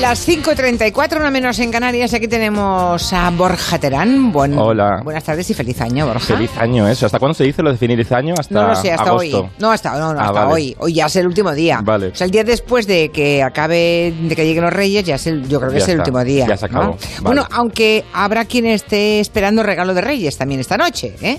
Las 5.34, una menos en Canarias, y aquí tenemos a Borja Terán. Buen- Hola. Buenas tardes y feliz año, Borja. Feliz año eso. ¿Hasta cuándo se dice lo de feliz año? Hasta no lo sé, hasta agosto. hoy. No, hasta, no, no, Ah, hasta vale. hoy. Hoy ya es el último día. Vale. O sea, el día después de que acabe, de que lleguen los Reyes, ya es el, yo creo que Ya es el está, último día. ya se ¿no? acabó, Bueno, vale. aunque habrá quien esté esperando regalo de Reyes también esta noche, ¿eh?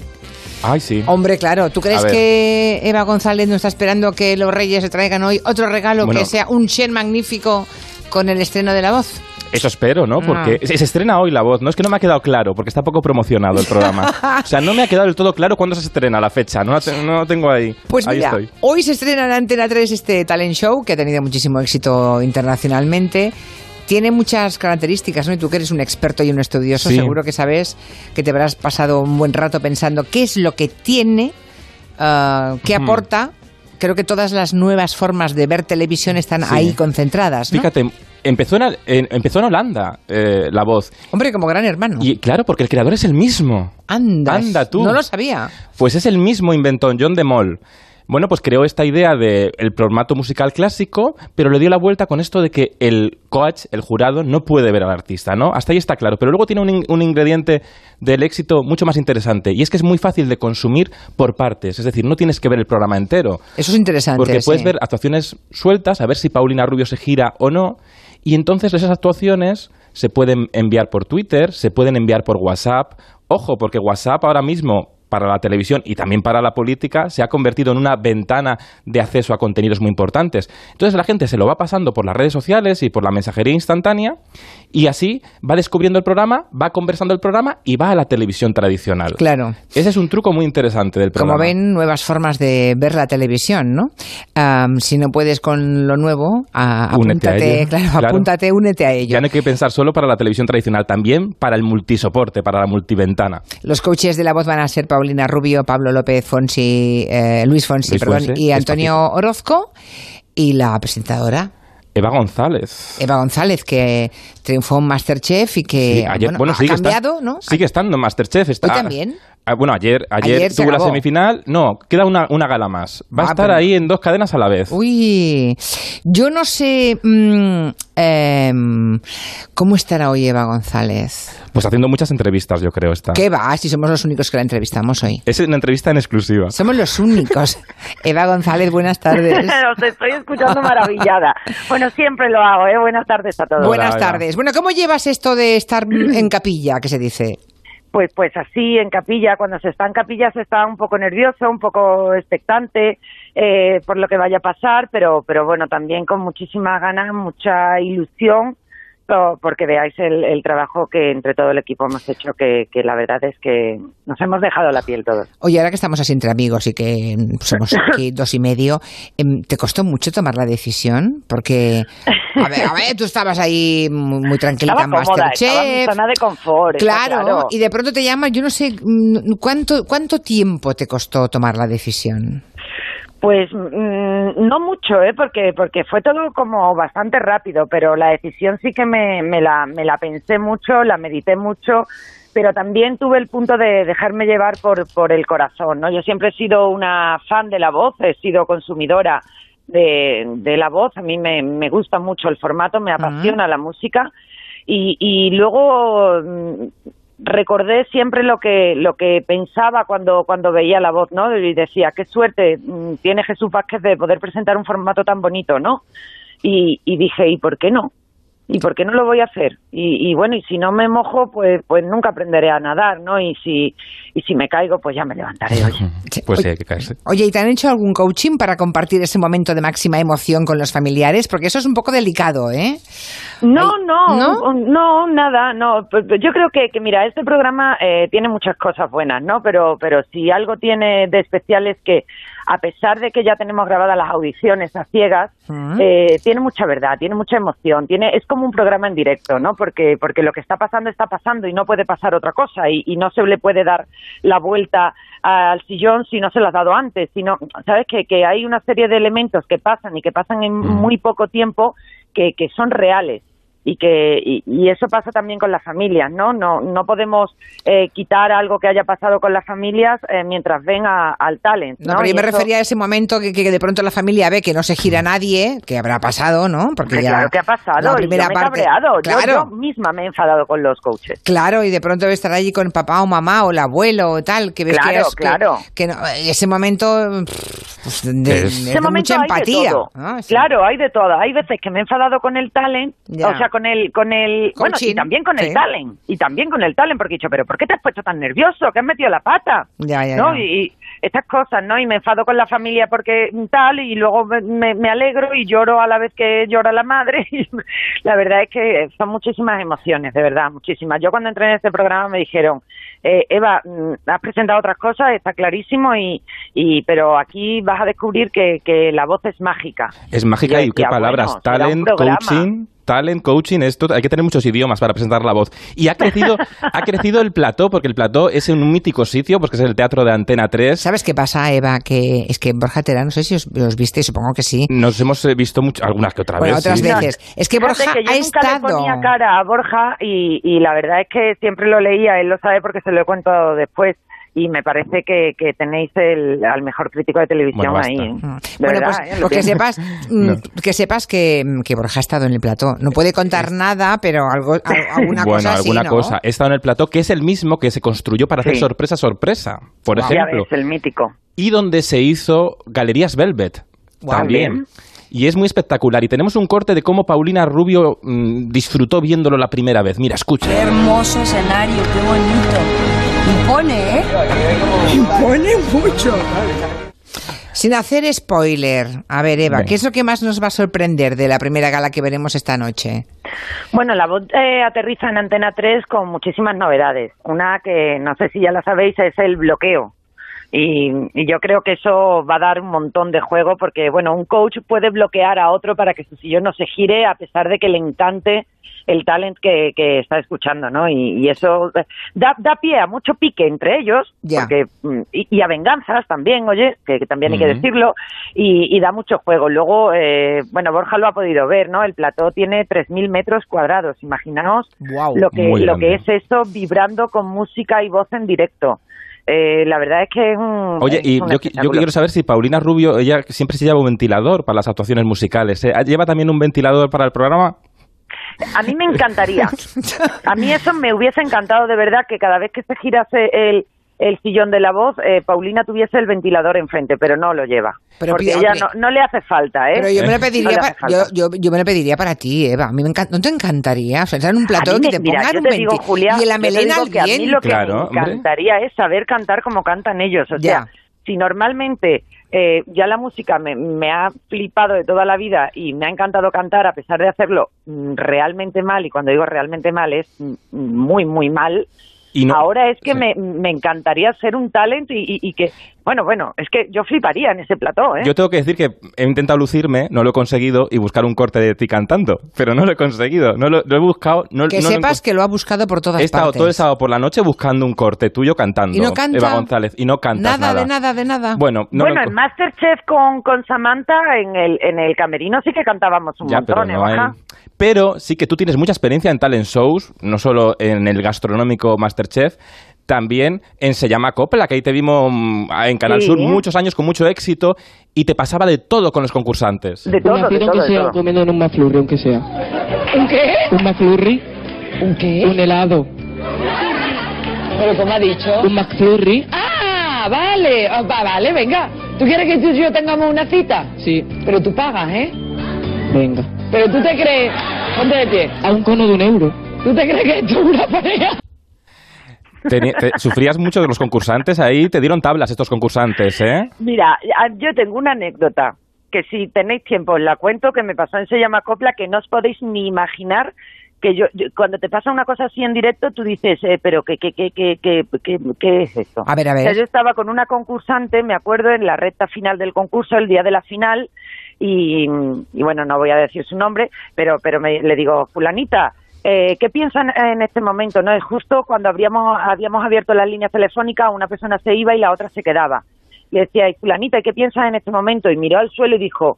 Ay, sí. Hombre, claro, ¿tú crees ver. que Eva González no está esperando que los Reyes le traigan hoy otro regalo Bueno. que sea un Shen magnífico con el estreno de la voz? Eso espero, ¿no? Porque se, se estrena hoy la voz. No es que no me ha quedado claro, porque está poco promocionado el programa. o sea, no me ha quedado del todo claro cuándo se estrena la fecha. No, la te- no la tengo ahí. Pues ahí mira, estoy. hoy se estrena en Antena 3 este talent show que ha tenido muchísimo éxito internacionalmente. Tiene muchas características, ¿no? Y tú que eres un experto y un estudioso, Sí. seguro que sabes que te habrás pasado un buen rato pensando qué es lo que tiene, ah, qué aporta. Creo que todas las nuevas formas de ver televisión están Sí. ahí concentradas, ¿no? Fíjate, empezó en, en- empezó en Holanda eh, la voz. Hombre, como gran hermano. Y claro, porque el creador es el mismo. Anda, Anda tú. No lo sabía. Pues es el mismo inventón, John de Mol. Bueno, pues creó esta idea del formato musical clásico, pero le dio la vuelta con esto de que el coach, el jurado, no puede ver al artista, ¿no? Hasta ahí está claro. Pero luego tiene un, in- un ingrediente del éxito mucho más interesante, y es que es muy fácil de consumir por partes. Es decir, no tienes que ver el programa entero. Eso es interesante. Porque puedes sí. ver actuaciones sueltas, a ver si Paulina Rubio se gira o no, y entonces esas actuaciones se pueden enviar por Twitter, se pueden enviar por WhatsApp. Ojo, porque WhatsApp ahora mismo para la televisión y también para la política se ha convertido en una ventana de acceso a contenidos muy importantes. Entonces la gente se lo va pasando por las redes sociales y por la mensajería instantánea y así va descubriendo el programa, va conversando el programa y va a la televisión tradicional. Claro. Ese es un truco muy interesante del programa. Como ven, nuevas formas de ver la televisión, ¿no? Am, si no puedes con lo nuevo, a- Únete a apúntate, ello. claro, Claro. apúntate, únete a ello. Ya no hay que pensar solo para la televisión tradicional, también para el multisoporte, para la multiventana. Los coaches de la voz van a ser Paulina Rubio, Pablo López Fonsi, eh, Luis Fonsi, Luis perdón, Fonsi, y Antonio Orozco. Y la presentadora, Eva González. Eva González, que triunfó en Masterchef y que Sí, ayer- bueno, bueno, ha sigue esta- cambiado, ¿no? Sigue estando en Masterchef. Está, Hoy también. Ah, bueno, ayer, ayer, Ayer se tuvo la acabó. semifinal. No, queda una, una gala más. Va Ah, a estar pero- ahí en dos cadenas a la vez. Ah, Uy, yo no sé mm, em, cómo estará hoy Eva González. Pues haciendo muchas entrevistas, yo creo, Ah. está. ¿Qué va? Si somos los únicos que la entrevistamos hoy. Es una entrevista en exclusiva. Somos los únicos. Eva González, buenas tardes. Os estoy escuchando maravillada. Bueno, siempre lo hago, ¿eh? Buenas tardes a todos. buenas Eva. tardes. Bueno, ¿cómo llevas esto de estar en capilla, que se dice? Pues, pues así, en capilla, cuando se está en capilla se está un poco nervioso, un poco expectante eh, por lo que vaya a pasar, pero, pero bueno, también con muchísimas ganas, mucha ilusión, po- porque veáis el, el trabajo que entre todo el equipo hemos hecho, que, que la verdad es que nos hemos dejado la piel todos. Oye, ahora que estamos así entre amigos y que mm, somos aquí dos y medio, em, ¿te costó mucho tomar la decisión? Porque, a ver, a ver, tú estabas ahí muy, muy tranquilita Estaba en cómoda, estaba en mi Masterchef. zona de confort. está Claro, y de pronto te llamas, yo no sé mm, cuánto cuánto tiempo te costó tomar la decisión. Pues mm, no mucho, ¿eh? porque, porque fue todo como bastante rápido, pero la decisión sí que me, me, la, me la pensé mucho, la medité mucho, pero también tuve el punto de dejarme llevar por, por el corazón. ¿no? Yo siempre he sido una fan de la voz, he sido consumidora de, de la voz, a mí me, me gusta mucho el formato, me apasiona la música y, y luego mm, recordé siempre lo que lo que pensaba cuando cuando veía la voz no y decía qué suerte mm, tiene Jesús Vázquez de poder presentar un formato tan bonito no y, y dije y por qué no y por qué no lo voy a hacer y, y bueno y si no me mojo pues pues nunca aprenderé a nadar no y si y si me caigo pues ya me levantaré oye. Pues sí, hay que caerse. Oye, ¿y te han hecho algún coaching para compartir ese momento de máxima emoción con los familiares? Porque eso es un poco delicado, ¿eh? No, Ay, no, ¿no? no, no, nada, no. P- p- Yo creo que, que mira, este programa eh, tiene muchas cosas buenas, ¿no? Pero, pero si algo tiene de especial es que, a pesar de que ya tenemos grabadas las audiciones a ciegas, Mm. eh, tiene mucha verdad, tiene mucha emoción, tiene, es como un programa en directo, ¿no? Porque, porque lo que está pasando está pasando y no puede pasar otra cosa y, y no se le puede dar la vuelta al sillón si no se lo has dado antes, sino, sabes que, que hay una serie de elementos que pasan y que pasan en muy poco tiempo que, que son reales y que y, y eso pasa también con las familias, ¿no? No no podemos eh, quitar algo que haya pasado con las familias eh, mientras ven a- al talent, ¿no? No, pero Y yo me eso- refería a ese momento que, que de pronto la familia ve que no se gira nadie, que habrá pasado, ¿no? Porque Hombre, ya claro que ha pasado, la y primera yo me he parte- cabreado, yo- Claro. yo misma me he enfadado con los coaches. Claro, y de pronto estar allí con papá o mamá o el abuelo o tal, que ves que Claro, es- que, claro. que no- ese momento pff, pues, de, de- Es- de ese mucha momento hay de empatía. todo. ¿no? Sí. Claro, hay de todo. Hay veces que me he enfadado con el talent, Ya. o sea, con el, con el, bueno, y Coaching, también con sí. el talent, y también con el talent, porque he dicho, pero ¿por qué te has puesto tan nervioso? ¿Que has metido la pata? Ya, ya, ¿No? ya. Y, y estas cosas, ¿no? Y me enfado con la familia porque tal, y luego me- me, me alegro y lloro a la vez que llora la madre. Y la verdad es que son muchísimas emociones, de verdad, muchísimas. Yo cuando entré en este programa me dijeron, eh, Eva, mm, has presentado otras cosas, está clarísimo, y, y pero aquí vas a descubrir que, que la voz es mágica. Es mágica Yo y qué decía, palabras. bueno, será un talent, programa. coaching. Talent, coaching, esto, hay que tener muchos idiomas para presentar la voz. Y ha crecido, ha crecido el plató, porque el plató es un mítico sitio, porque es el teatro de Antena 3. ¿Sabes qué pasa, Eva? Que es que Borja Terán, no sé si os, los viste, supongo que sí. Nos hemos eh, visto mucho, algunas que otra bueno, vez. otras sí. veces. Es que Fíjate Borja que yo ha nunca estado. le ponía cara a Borja y, y la verdad es que siempre lo leía, él lo sabe porque se lo he contado después y me parece que, que tenéis el, al mejor crítico de televisión Bueno, basta. ahí. Mm. De Bueno, verdad, pues, ¿eh? Lo pues que pienso. sepas, mm, No. que sepas que, que Borja ha estado en el plató. No puede contar nada, pero algo, al- alguna bueno, cosa sí, alguna ¿no? cosa. He estado en el plató, que es el mismo que se construyó para hacer Sí. sorpresa, sorpresa, por Guau. Ya ejemplo. ves, el mítico. y donde se hizo Galerías Velvet Guau. también. Y es muy espectacular. Y tenemos un corte de cómo Paulina Rubio mm, disfrutó viéndolo la primera vez. Mira, escucha. Qué hermoso escenario, qué bonito. Impone, ¿eh? Impone mucho. Sin hacer spoiler, a ver, Eva, Venga. ¿qué es lo que más nos va a sorprender de la primera gala que veremos esta noche? Bueno, la voz eh, aterriza en Antena 3 con muchísimas novedades. Una que no sé si ya la sabéis es el bloqueo. Y, y yo creo que eso va a dar un montón de juego porque, bueno, un coach puede bloquear a otro para que su sillón no se gire a pesar de que le encante el talent que, que está escuchando, ¿no? Y, y eso eh, da, da pie a mucho pique entre ellos Ya. porque, mm, y, y a venganzas también, oye, que, que también hay que Ujú. decir decirlo, y, y da mucho juego. Luego, eh, bueno, Borja lo ha podido ver, ¿no? El plató tiene 3.000 metros cuadrados. Imaginaos Guau. lo, que, Muy lo que grande. es eso vibrando con música y voz en directo. Eh, la verdad es que es un. Oye, es y yo, un qui- yo espectáculo. quiero saber si Paulina Rubio, ella siempre se lleva un ventilador para las actuaciones musicales. ¿eh? ¿Lleva también un ventilador para el programa? A mí me encantaría. A mí eso me hubiese encantado de verdad que cada vez que se girase el, el sillón de la voz, eh, Paulina tuviese el ventilador enfrente, pero no lo lleva. Pero porque pide- ella no, no le hace falta, ¿eh? Pero yo me lo ¿Eh? pediría, No le para, hace yo, falta. yo- yo me lo pediría para ti, Eva. A mí me encan- ¿No te encantaría? O sea, entrar en un plató A mí y me- te mira, pongan yo un te digo, venti- Julia, y en la yo te melena digo al que a mí lo que Claro, me hombre. encantaría es saber cantar como cantan ellos. O Ya. sea, si normalmente eh, ya la música me, me ha flipado de toda la vida y me ha encantado cantar a pesar de hacerlo mm, realmente mal, y cuando digo realmente mal es mm, muy, muy mal, Y no- Ahora es que Sí. me, me encantaría ser un talent y, y- y que, bueno, bueno, es que yo fliparía en ese plató, ¿eh? Yo tengo que decir que he intentado lucirme, no lo he conseguido, y buscar un corte de ti cantando, pero no lo he conseguido. No lo, lo he buscado. No, Que no lo he sepas que lo ha buscado por todas He estado partes. todo el sábado por la noche buscando un corte tuyo cantando. Y no canta. Eva González. Y no cantas nada, nada. de nada, de nada. Bueno, no bueno, lo- en Masterchef con, con Samantha, en el, en el camerino sí que cantábamos un Ya, pero montón, ¿eh, no hay- Borja? Pero sí que tú tienes mucha experiencia en talent shows, no solo en el gastronómico Masterchef, también en Se llama Copla, que ahí te vimos mm, en Canal Sí. Sur muchos años con mucho éxito y te pasaba de todo con los concursantes. De todo, Una de pira todo, aunque de sea, todo. comiendo un McFlurry, aunque sea. ¿Un qué? Un McFlurry, ¿Un qué? un helado. ¿Pero cómo ha dicho? Un McFlurry, Ah, vale, Ah, va- vale, venga. ¿Tú quieres que tú y yo tengamos una cita? sí, Pero tú pagas, ¿eh? venga. Pero tú te crees, ponte de pie, A un cono de un euro. ¿tú te crees que esto es una pareja? Teni- te- sufrías mucho de los concursantes ahí, te dieron tablas estos concursantes, ¿eh? Mira, a- yo tengo una anécdota que si tenéis tiempo os la cuento que me pasó en Se llama Copla que no os podéis ni imaginar que yo, yo- cuando te pasa una cosa así en directo tú dices eh, pero qué qué qué qué qué qué, qué es esto A ver, a O sea, yo ver. estaba con una concursante me acuerdo en la recta final del concurso el día de la final y, y bueno no voy a decir su nombre pero pero me- le digo fulanita eh, ¿Qué piensan en este momento? No es justo cuando habríamos, habíamos abierto las líneas telefónicas, una persona se iba y la otra se quedaba. Le decía, "Y fulanita, ¿qué piensas en este momento? Y miró al suelo y dijo,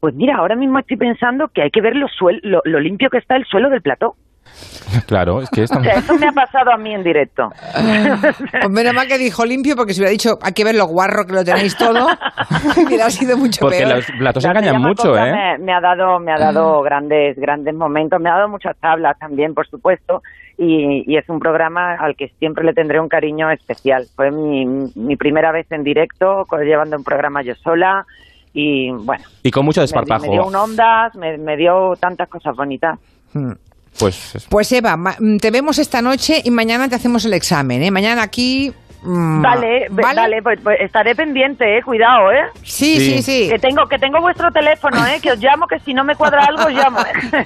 Pues mira, ahora mismo estoy pensando que hay que ver lo, suel- lo, lo limpio que está el suelo del plató. Claro, es que es O tan- sea, eso me ha pasado a mí en directo. Pues menos mal que dijo limpio, porque si hubiera dicho hay que ver lo guarro que lo tenéis todo, hubiera sido mucho Porque peor. los platos La engañan Sevilla mucho, Macosta ¿eh? Me, me ha dado, me ha dado grandes, grandes momentos, me ha dado muchas tablas también, por supuesto, y, y es un programa al que siempre le tendré un cariño especial. Fue mi, mi primera vez en directo, co- llevando un programa yo sola, y bueno, Y con mucho me, me desparpajo. dio un ondas, me, me dio tantas cosas bonitas. Mm. Pues es- Pues Eva, ma- mm, te vemos esta noche y mañana te hacemos el examen, ¿eh? Mañana aquí... mm, Vale, ve- ¿vale? vale, pues, pues estaré pendiente, eh, cuidado, eh. Sí, sí, Sí. sí. Que tengo, que tengo vuestro teléfono, eh, que os llamo, que si no me cuadra algo os llamo.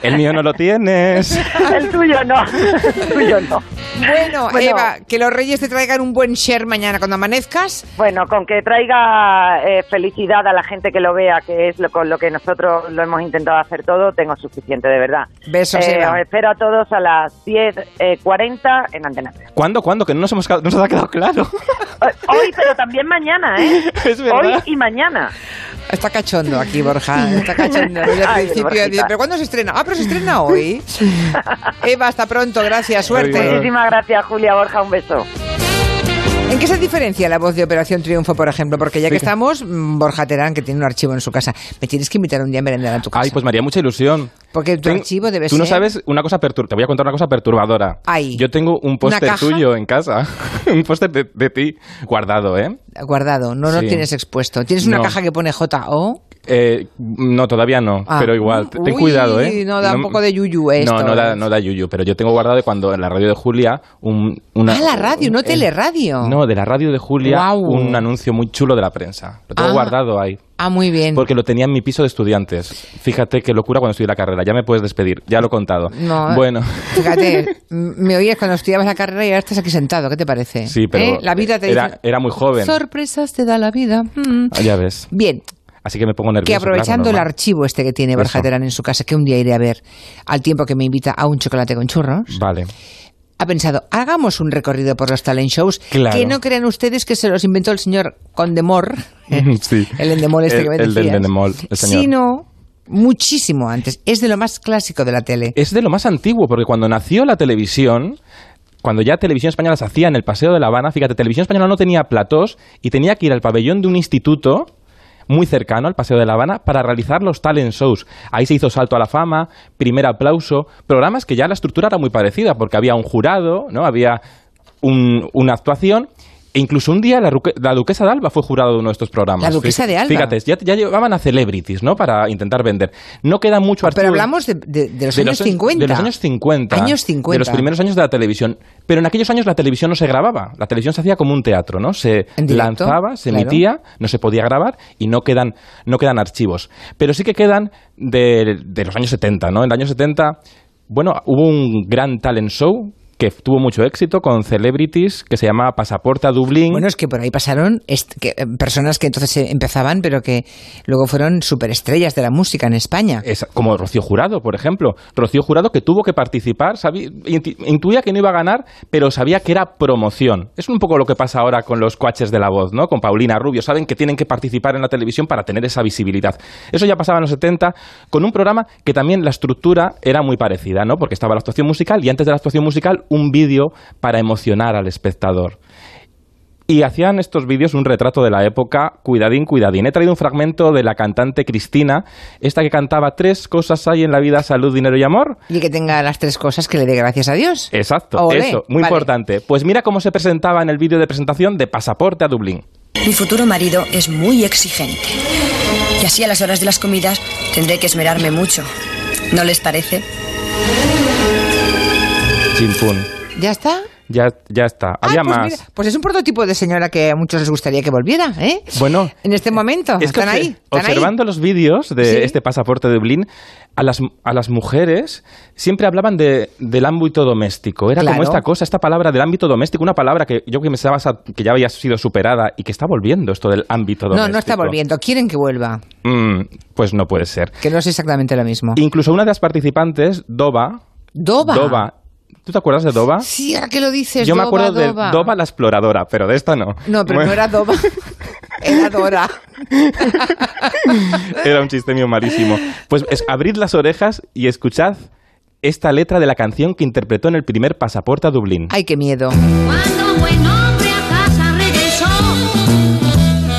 el mío no lo tienes. El tuyo no, el tuyo no. Bueno, Bueno. Eva, que los reyes te traigan un buen share mañana cuando amanezcas. Bueno, con que traiga eh, felicidad a la gente que lo vea, que es lo, con lo que nosotros lo hemos intentado hacer todo, tengo suficiente, de verdad. Besos, Eh, Eva. os espero a todos a las 10.40 en Antena 3. ¿Cuándo, cuándo? Que no nos, hemos, ca- no nos ha quedado claro. Ho- Eh, Hoy, pero también mañana, ¿eh? Es verdad. Hoy y mañana. Está cachondo aquí, Borja. Está cachondo. Desde el Ay, principio Borjita. dice, ¿pero cuándo se estrena? Ah, pero se estrena hoy. Eva, hasta pronto. Gracias. Suerte. Adiós. Muchísimas gracias, Julia Borja. Un beso. ¿En qué se diferencia la voz de Operación Triunfo, por ejemplo? Porque ya que Explica. estamos, mm, Borja Terán, que tiene un archivo en su casa, me tienes que invitar un día a merendar a tu casa. Ay, pues me haría mucha ilusión. Porque tu Ten- archivo debe Tú no ser- sabes una cosa perturbadora. Te voy a contar una cosa perturbadora. Ay. Yo tengo un póster caja? tuyo en casa. un póster de, de ti guardado, ¿eh? Guardado, no lo Sí. tienes expuesto. Tienes una No. caja que pone J.O. Eh, no, todavía no, Ah. pero igual, ten Uy, cuidado, ¿eh? no, da un poco de yuyu esto, No, no da, ¿eh? no da yuyu, pero yo tengo guardado de cuando en la radio de Julia un, una... Ah, la radio, no eh, teleradio. No, de la radio de Julia Guau. un anuncio muy chulo de la prensa. Lo tengo Ah. guardado ahí. Ah, muy bien. Porque lo tenía en mi piso de estudiantes. Fíjate qué locura cuando estudié la carrera. Ya me puedes despedir, ya lo he contado. No, bueno, Fíjate, m- me oías cuando estudiabas la carrera y ahora estás aquí sentado. ¿Qué te parece? Sí, pero ¿Eh? La vida te era- dice- era muy joven. Sorpresas te da la vida. Mm. ya ves. Bien, Así que me pongo nervioso. que aprovechando el claro, normal. archivo este que tiene Borja Eso. Terán en su casa, que un día iré a ver, al tiempo que me invita a un chocolate con churros, Vale. ha pensado, hagamos un recorrido por los talent shows, Claro. que no crean ustedes que se los inventó el señor Condemor, Sí. el endemol este que me El- el del decías, Endemol, el señor. sino muchísimo antes. Es de lo más clásico de la tele. es de lo más antiguo, porque cuando nació la televisión, cuando ya Televisión Española se hacía en el Paseo de la Habana, fíjate, Televisión Española no tenía platós y tenía que ir al pabellón de un instituto muy cercano al Paseo de la Habana para realizar los talent shows. Ahí se hizo Salto a la Fama, Primer Aplauso, programas que ya la estructura era muy parecida, porque había un jurado, ¿no? Había un- una actuación. E incluso un día la, ruque- la duquesa de Alba fue jurado de uno de estos programas. La duquesa de Alba. Fíjate, ya, ya llevaban a celebrities, ¿no? Para intentar vender. No queda mucho Pero archivo- hablamos de, de- de los de años los 50. De los años 50. Años 50. De los primeros años de la televisión. Pero en aquellos años la televisión no se grababa. La televisión se hacía como un teatro, ¿no? Se En directo, lanzaba, se claro. emitía, no se podía grabar y no quedan, no quedan archivos. Pero sí que quedan de, de los años 70, ¿no? En los años 70, bueno, hubo un gran talent show que tuvo mucho éxito con celebrities que se llamaba Pasaporte a Dublín. Bueno, es que por ahí pasaron est- que, eh, personas que entonces eh, empezaban, pero que luego fueron superestrellas de la música en España. Es- como Rocío Jurado, por ejemplo. Rocío Jurado que tuvo que participar, sabí- inti- intuía que no iba a ganar, pero sabía que era promoción. Es un poco lo que pasa ahora con los coaches de la voz, ¿no? Con Paulina Rubio. Saben que tienen que participar en la televisión para tener esa visibilidad. Eso ya pasaba en los 70 con un programa que también la estructura era muy parecida, ¿no? Porque estaba la actuación musical y antes de la actuación musical un vídeo para emocionar al espectador. Y hacían estos vídeos un retrato de la época, cuidadín, cuidadín. He traído un fragmento de la cantante Cristina, esta que cantaba tres cosas hay en la vida, salud, dinero y amor. Y que tenga las tres cosas que le dé gracias a Dios. Exacto, Olé, eso, muy vale. importante. Pues mira cómo se presentaba en el vídeo de presentación de Pasaporte a Dublín. Mi futuro marido es muy exigente. Y así a las horas de las comidas tendré que esmerarme mucho. ¿No les parece? Chimpún. ¿Ya está? Ya, ya está, Ah, había pues más. mira, pues es un prototipo de señora que a muchos les gustaría que volviera, ¿eh? Bueno, En este momento, Es que están obse- ahí. están ahí. observando los vídeos de Sí. este pasaporte de Dublín, a las, a las mujeres siempre hablaban de, del ámbito doméstico. Era Claro. como esta cosa, esta palabra del ámbito doméstico, una palabra que yo pensaba sa- que ya había sido superada y que está volviendo esto del ámbito No, doméstico. no está volviendo. Quieren que vuelva, Mm, pues no puede ser. que no es exactamente lo mismo. Incluso una de las participantes, Doba. Doba. ¿Tú te acuerdas de Doba? Sí, ahora que lo dices, yo me Doba, acuerdo de Doba. Doba la exploradora, pero de esta no. No, pero Bueno. no era Doba. heladora. Era un chiste mío malísimo. Pues es- abrid las orejas y escuchad esta letra de la canción que interpretó en el primer pasaporte a Dublín. Ay, qué miedo. Cuando un buen hombre a casa regresó,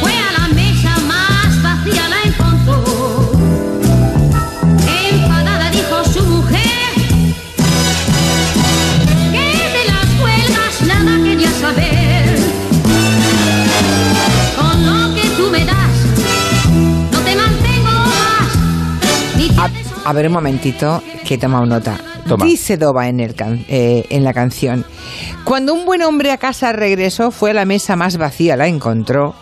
fue a la mesa más vacía la encontró. Enfadada dijo su mujer que de las huelgas nada quería saber. Con lo que tú me das, no te mantengo más. Ni te A, ateso- a ver un momentito, que he tomado nota. Toma. Dice Doba en, el can- eh, en la canción. Cuando un buen hombre a casa regresó, fue a la mesa más vacía, la encontró.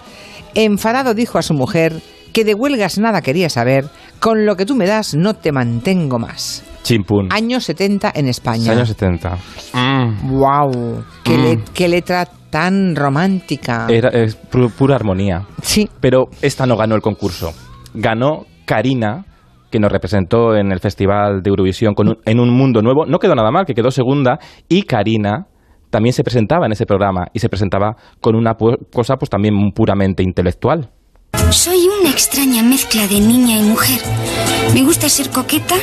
Enfadado dijo a su mujer que de huelgas nada quería saber, con lo que tú me das no te mantengo más. Chimpún. Años 70 en España. Años Mm. 70. ¡Wow! Qué, le- qué letra tan romántica. Era, es pu- pura armonía. Sí. Pero esta no ganó el concurso. Ganó Karina, que nos representó en el Festival de Eurovisión con un- en un mundo nuevo. No quedó nada mal, que quedó segunda. Y Karina también se presentaba en ese programa y se presentaba con una pu- cosa pues también puramente intelectual. Soy una extraña mezcla de niña y mujer. Me gusta ser coqueta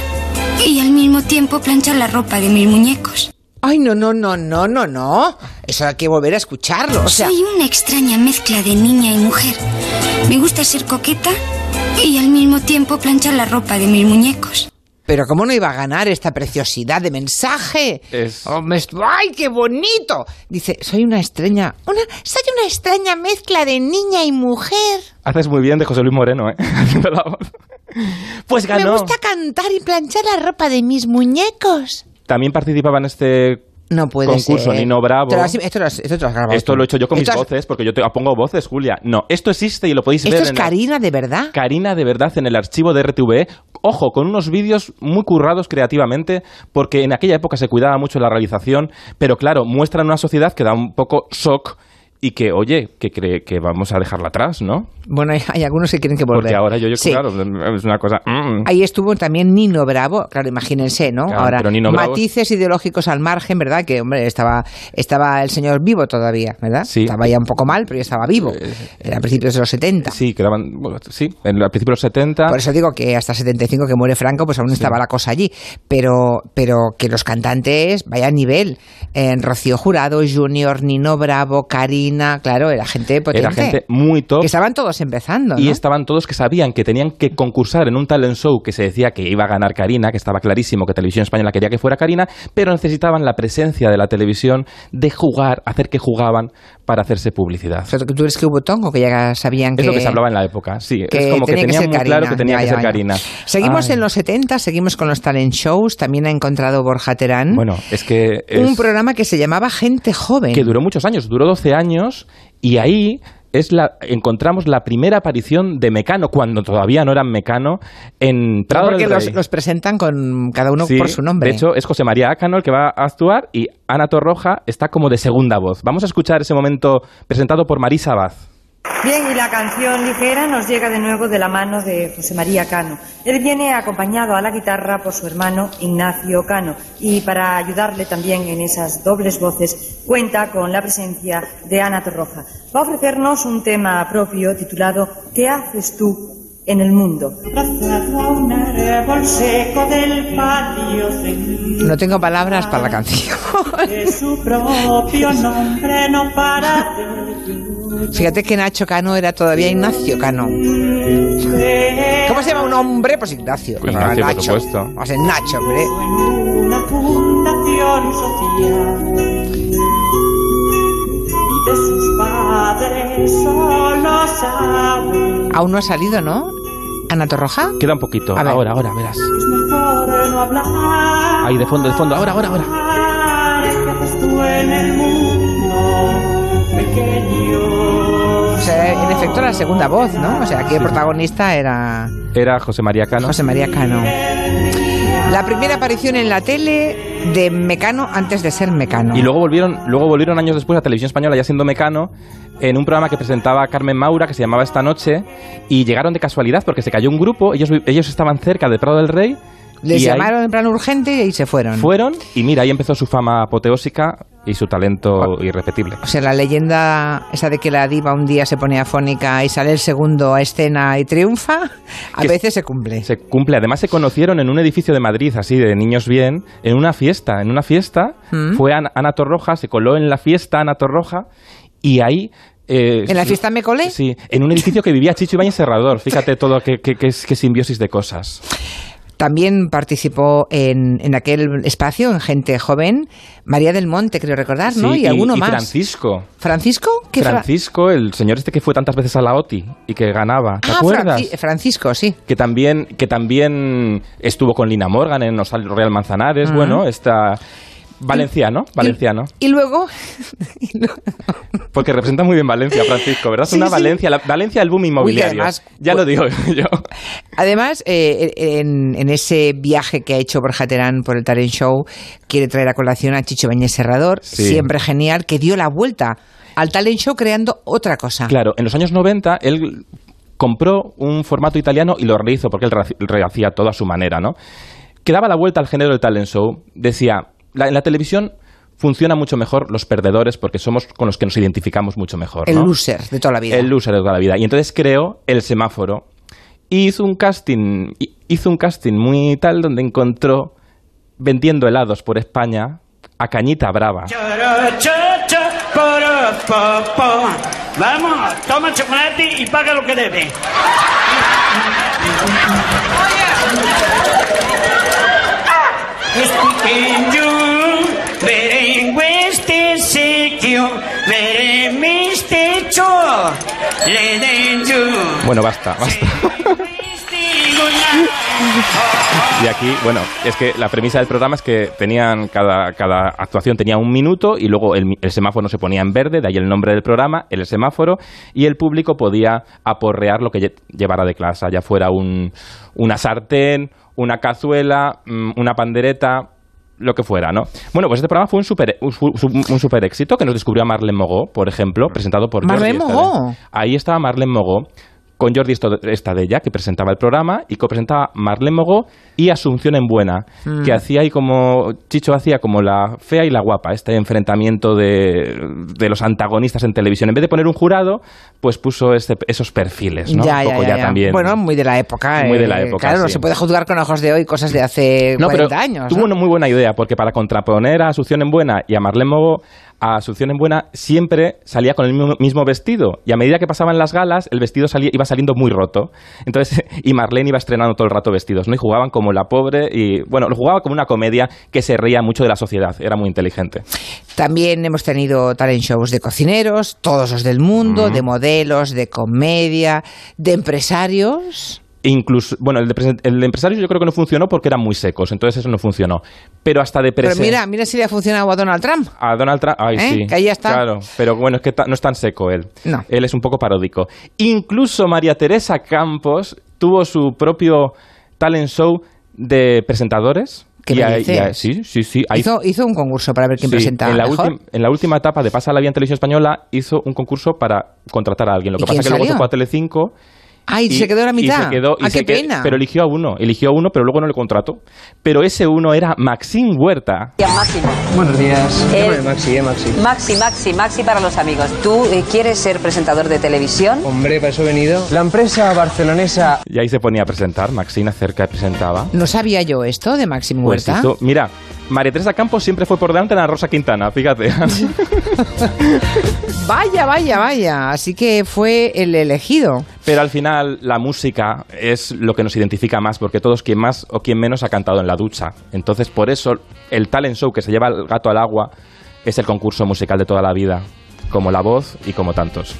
y al mismo tiempo planchar la ropa de mis muñecos. Ay, no, no, no, no, no, no. Eso hay que volver a escucharlo. O sea, Soy una extraña mezcla de niña y mujer. Me gusta ser coqueta y al mismo tiempo planchar la ropa de mis muñecos. pero ¿cómo no iba a ganar esta preciosidad de mensaje? Es- Oh, me- ¡Ay, qué bonito! Dice, soy una extraña... Una, soy una extraña mezcla de niña y mujer. Haces muy bien de José Luis Moreno, ¿eh? Haciendo la voz. pues Me ganó. gusta cantar y planchar la ropa de mis muñecos. También participaba en este... No puede Concurso, ser. Nino Bravo. Te lo has- esto, lo has, esto te lo has grabado Esto tú. lo he hecho yo con mis Esto has- voces, porque yo te pongo voces, Julia. No, esto existe y lo podéis Esto ver es en el- Karina, de verdad. Karina de verdad en el archivo de RTVE, ojo, con unos vídeos muy currados creativamente, porque en aquella época se cuidaba mucho la realización, pero claro, muestran una sociedad que da un poco shock y que, oye, que cree que vamos a dejarla atrás, ¿no? Bueno, hay, hay algunos que quieren que volver. Porque ahora yo, yo Sí. claro, es una cosa... mm. Ahí estuvo también Nino Bravo, claro, imagínense, ¿no? Claro, Ahora, pero Nino Bravo- matices ideológicos al margen, ¿verdad? Que, hombre, estaba, estaba el señor vivo todavía, ¿verdad? Sí. Estaba ya un poco mal, pero ya estaba vivo. Era a principios de los 70. Sí, que daban- bueno, sí, en, al principio de los 70... Por eso digo que hasta 75 que muere Franco, pues aún estaba la cosa allí. Pero, pero que los cantantes, vaya nivel. En Rocío Jurado, Junior, Nino Bravo, Karina, claro, era gente potente. era gente muy top. que estaban todos empezando, Y ¿no? estaban todos que sabían que tenían que concursar en un talent show que se decía que iba a ganar Karina, que estaba clarísimo que Televisión Española quería que fuera Karina, pero necesitaban la presencia de la televisión, de jugar, hacer que jugaban para hacerse publicidad. O sea, ¿Tú eres que hubo tongo? Que ya sabían que... Es lo que se hablaba en la época, sí. que es como que tenía tenían ser muy Karina. claro que tenía Ya, que ya, ser ya. Karina. Seguimos Ay. en los 70, seguimos con los talent shows. También ha encontrado Borja Terán Bueno, es que... es- ¿Mm? un programa que se llamaba Gente Joven. que duró muchos años, duró 12 años y ahí es la encontramos la primera aparición de Mecano cuando todavía no eran Mecano en Prado porque del los, Rey. los presentan con cada uno Sí, por su nombre. De hecho, es José María Ácano el que va a actuar y Ana Torroja está como de segunda voz. Vamos a escuchar ese momento presentado por Marisa Abad. Bien, y la canción ligera nos llega de nuevo de la mano de José María Cano. Él viene acompañado a la guitarra por su hermano Ignacio Cano y para ayudarle también en esas dobles voces cuenta con la presencia de Ana Torroja. Va a ofrecernos un tema propio titulado ¿Qué haces tú en el mundo? no tengo palabras para la canción. Fíjate que Nacho Cano era todavía Ignacio Cano. ¿Cómo se llama un hombre? Pues Ignacio. Pues Ignacio, por Nacho. supuesto. Vamos a ser Nacho, hombre. Aún no ha salido, ¿no? Ana Torroja. Queda un poquito. A ver. Ahora, ahora, verás. Ahí, de fondo, de fondo. Ahora, ahora, ahora. O sea, en efecto la segunda voz, ¿no? O sea, aquí el protagonista era Era José María Cano. José María Cano. La primera aparición en la tele de Mecano antes de ser Mecano. Y luego volvieron, luego volvieron años después a Televisión Española, ya siendo mecano, en un programa que presentaba Carmen Maura, que se llamaba Esta Noche, y llegaron de casualidad porque se cayó un grupo, ellos, vi- ellos estaban cerca de Prado del Rey. Les y ahí llamaron en plan urgente y ahí se fueron. Fueron, y mira, ahí empezó su fama apoteósica, y y su talento irrepetible. O sea, la leyenda esa de que la diva un día se pone afónica y sale el segundo a escena y triunfa, a Que veces se cumple. Se cumple. Además, se conocieron en un edificio de Madrid, así de niños bien, en una fiesta. En una fiesta Mm. fue Ana, Ana Torroja, se coló en la fiesta Ana Torroja y ahí. eh, ¿En la su- fiesta me colé? Sí, en un edificio que vivía Chicho Ibañez Serrador. Fíjate todo, qué, qué- qué es- qué simbiosis de cosas. También participó en, en aquel espacio, en gente joven, María del Monte, creo recordar, Ah, ¿no? Sí, y, alguno más. Francisco. ¿Francisco? ¿Qué fra- Francisco, el señor este que fue tantas veces a la OTI y que ganaba. ¿Te Ah, acuerdas? Franci- Francisco, sí. que también, que también estuvo con Lina Morgan en Los Real Manzanares, Ajá. bueno, está valenciano, valenciano, Y luego, porque representa muy bien Valencia, Francisco, ¿verdad? Es Sí, una sí. Valencia, la- Valencia el boom inmobiliario. además- ya lo digo yo. Además, eh, en, en ese viaje que ha hecho Borja Terán por el Talent Show, quiere traer a colación a Chicho Bañez Serrador, Sí. siempre genial, que dio la vuelta al Talent Show creando otra cosa. Claro, en los años 90 él compró un formato italiano y lo rehizo porque él rehac- rehacía todo a su manera, ¿no? Que daba la vuelta al género del talent show, decía, "La- en la televisión funciona mucho mejor los perdedores porque somos con los que nos identificamos mucho mejor. el ¿no? loser de toda la vida. El loser de toda la vida. Y entonces creó el semáforo. Y hizo un casting, hi- hizo un casting muy tal donde encontró vendiendo helados por España a Cañita Brava. Vamos, toma el chocolate y paga lo que debe. Speaking you, very weste secure, very miste cho, este le den you. Bueno, basta, basta. Y aquí, bueno, es que la premisa del programa es que tenían cada, cada actuación tenía un minuto y luego el, mi- el semáforo se ponía en verde, de ahí el nombre del programa, el semáforo, y el público podía aporrear lo que lle- llevara de clase, ya fuera un, una sartén, una cazuela, mm, una pandereta, lo que fuera, ¿no? Bueno, pues este programa fue un super, un, su- un super éxito que nos descubrió a Marlene Mogó, por ejemplo, presentado por Jordi Marlene Estadé. Mogó. Ahí estaba Marlene Mogó con Jordi Esto- Estadella, que presentaba el programa, y co-presentaba Marlene Mogó y Asunción en Buena, Mm. que hacía ahí como, Chicho hacía como la fea y la guapa, este enfrentamiento de, de los antagonistas en televisión. En vez de poner un jurado, pues puso este- esos perfiles, ¿no? Ya, un ya, poco ya, ya, ya. también. Bueno, muy de la época. Muy de eh, la época, Claro, no sí. se puede juzgar con ojos de hoy cosas de hace No, pero 40 Eh, años. Tuvo ¿no? una muy buena idea, porque para contraponer a Asunción en Buena y a Marlene Mogo, a Asunción en Buena siempre salía con el mismo, mismo vestido. Y a medida que pasaban las galas, el vestido salía, iba saliendo muy roto. Entonces, y Marlene iba estrenando todo el rato vestidos, ¿no? Y jugaban como la pobre y, bueno, lo jugaba como una comedia que se reía mucho de la sociedad. Era muy inteligente. También hemos tenido talent shows de cocineros, todos los del mundo, de modelos, de comedia, de empresarios. E Incluso, bueno, el de, presen- el de empresarios yo creo que no funcionó porque eran muy secos, entonces eso no funcionó. Pero hasta de Pero presen- mira, mira si le ha funcionado a Donald Trump. A Donald Trump, ay, ¿Eh? sí. Que ahí ya está. Claro, pero bueno, es que ta- no es tan seco él. No. Él es un poco paródico. Incluso María Teresa Campos tuvo su propio talent show de presentadores. ¿Qué Y me ahí- y ahí- dices? sí, sí, sí. ahí- Hizo, hizo un concurso para ver quién sí, presentaba en la, mejor. ultim- en la última etapa de Pasa la Vía en Televisión Española hizo un concurso para contratar a alguien. Lo ¿Y que pasa quién es que luego se salió? fue a Telecinco. Ay, se quedó a la mitad. Y se quedó, y ah, se qué qued- pena. Pero eligió a uno, eligió a uno, pero luego no le contrató. Pero ese uno era Maxim Huerta. Máximo. Buenos días. Eh, Llámame Maxi, eh, Maxi. Maxi, Maxi, Maxi para los amigos. ¿Tú eh, quieres ser presentador de televisión? Hombre, para eso he venido. La empresa barcelonesa... Y ahí se ponía a presentar. Maxim acerca y presentaba. No sabía yo esto de Máximo Pues Huerta. hizo- mira, María Teresa Campos siempre fue por delante de la Rosa Quintana, fíjate. Vaya, vaya, vaya. Así que fue el elegido. Pero al final la música es lo que nos identifica más, porque todos quien más o quien menos ha cantado en la ducha. Entonces por eso el talent show que se lleva el gato al agua es el concurso musical de toda la vida, como la voz y como tantos.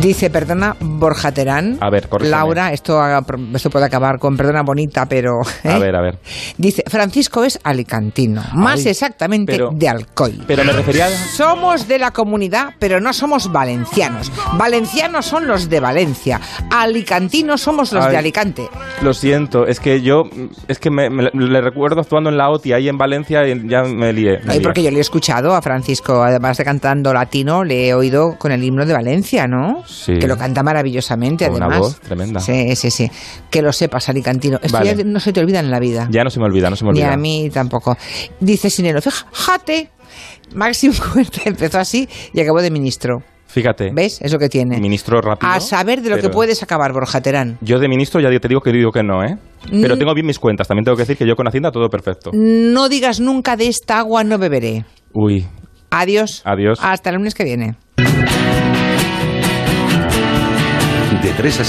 Dice, perdona, Borja Terán. A ver, corrígeme. Laura, esto, haga- esto puede acabar con perdona bonita, pero. A ¿eh? ver, a ver. Dice, Francisco es alicantino, más Ay, exactamente pero- de Alcoy. Pero me refería... Somos de la comunidad, pero no somos valencianos. Valencianos son los de Valencia. Alicantinos somos los Ay. de Alicante. Lo siento, es que yo... Es que me, me- le recuerdo actuando en la OTI ahí en Valencia y ya me lié. me Ay, lié. porque yo le he escuchado a Francisco, además de cantando latino, le he oído con el himno de Valencia, ¿no? Sí. Que lo canta maravillosamente, Con una además. voz tremenda. Sí, sí, sí. Que lo sepas, Alicantino. Esto Vale. ya no se te olvida en la vida. Ya no se me olvida, no se me Ni olvida. a mí tampoco. Dice Sinelo, fíjate Máximo Huerta empezó así y acabó de ministro. Fíjate. ¿Ves? Es lo que tiene. Ministro rápido. A saber de lo que pero- puedes acabar, Borja Terán. Yo de ministro ya te digo que digo que no, ¿eh? Pero Mm. tengo bien mis cuentas. También tengo que decir que yo con Hacienda todo perfecto. No digas nunca de esta agua no beberé. Uy, Adiós. adiós. Hasta el lunes que viene. De 3 a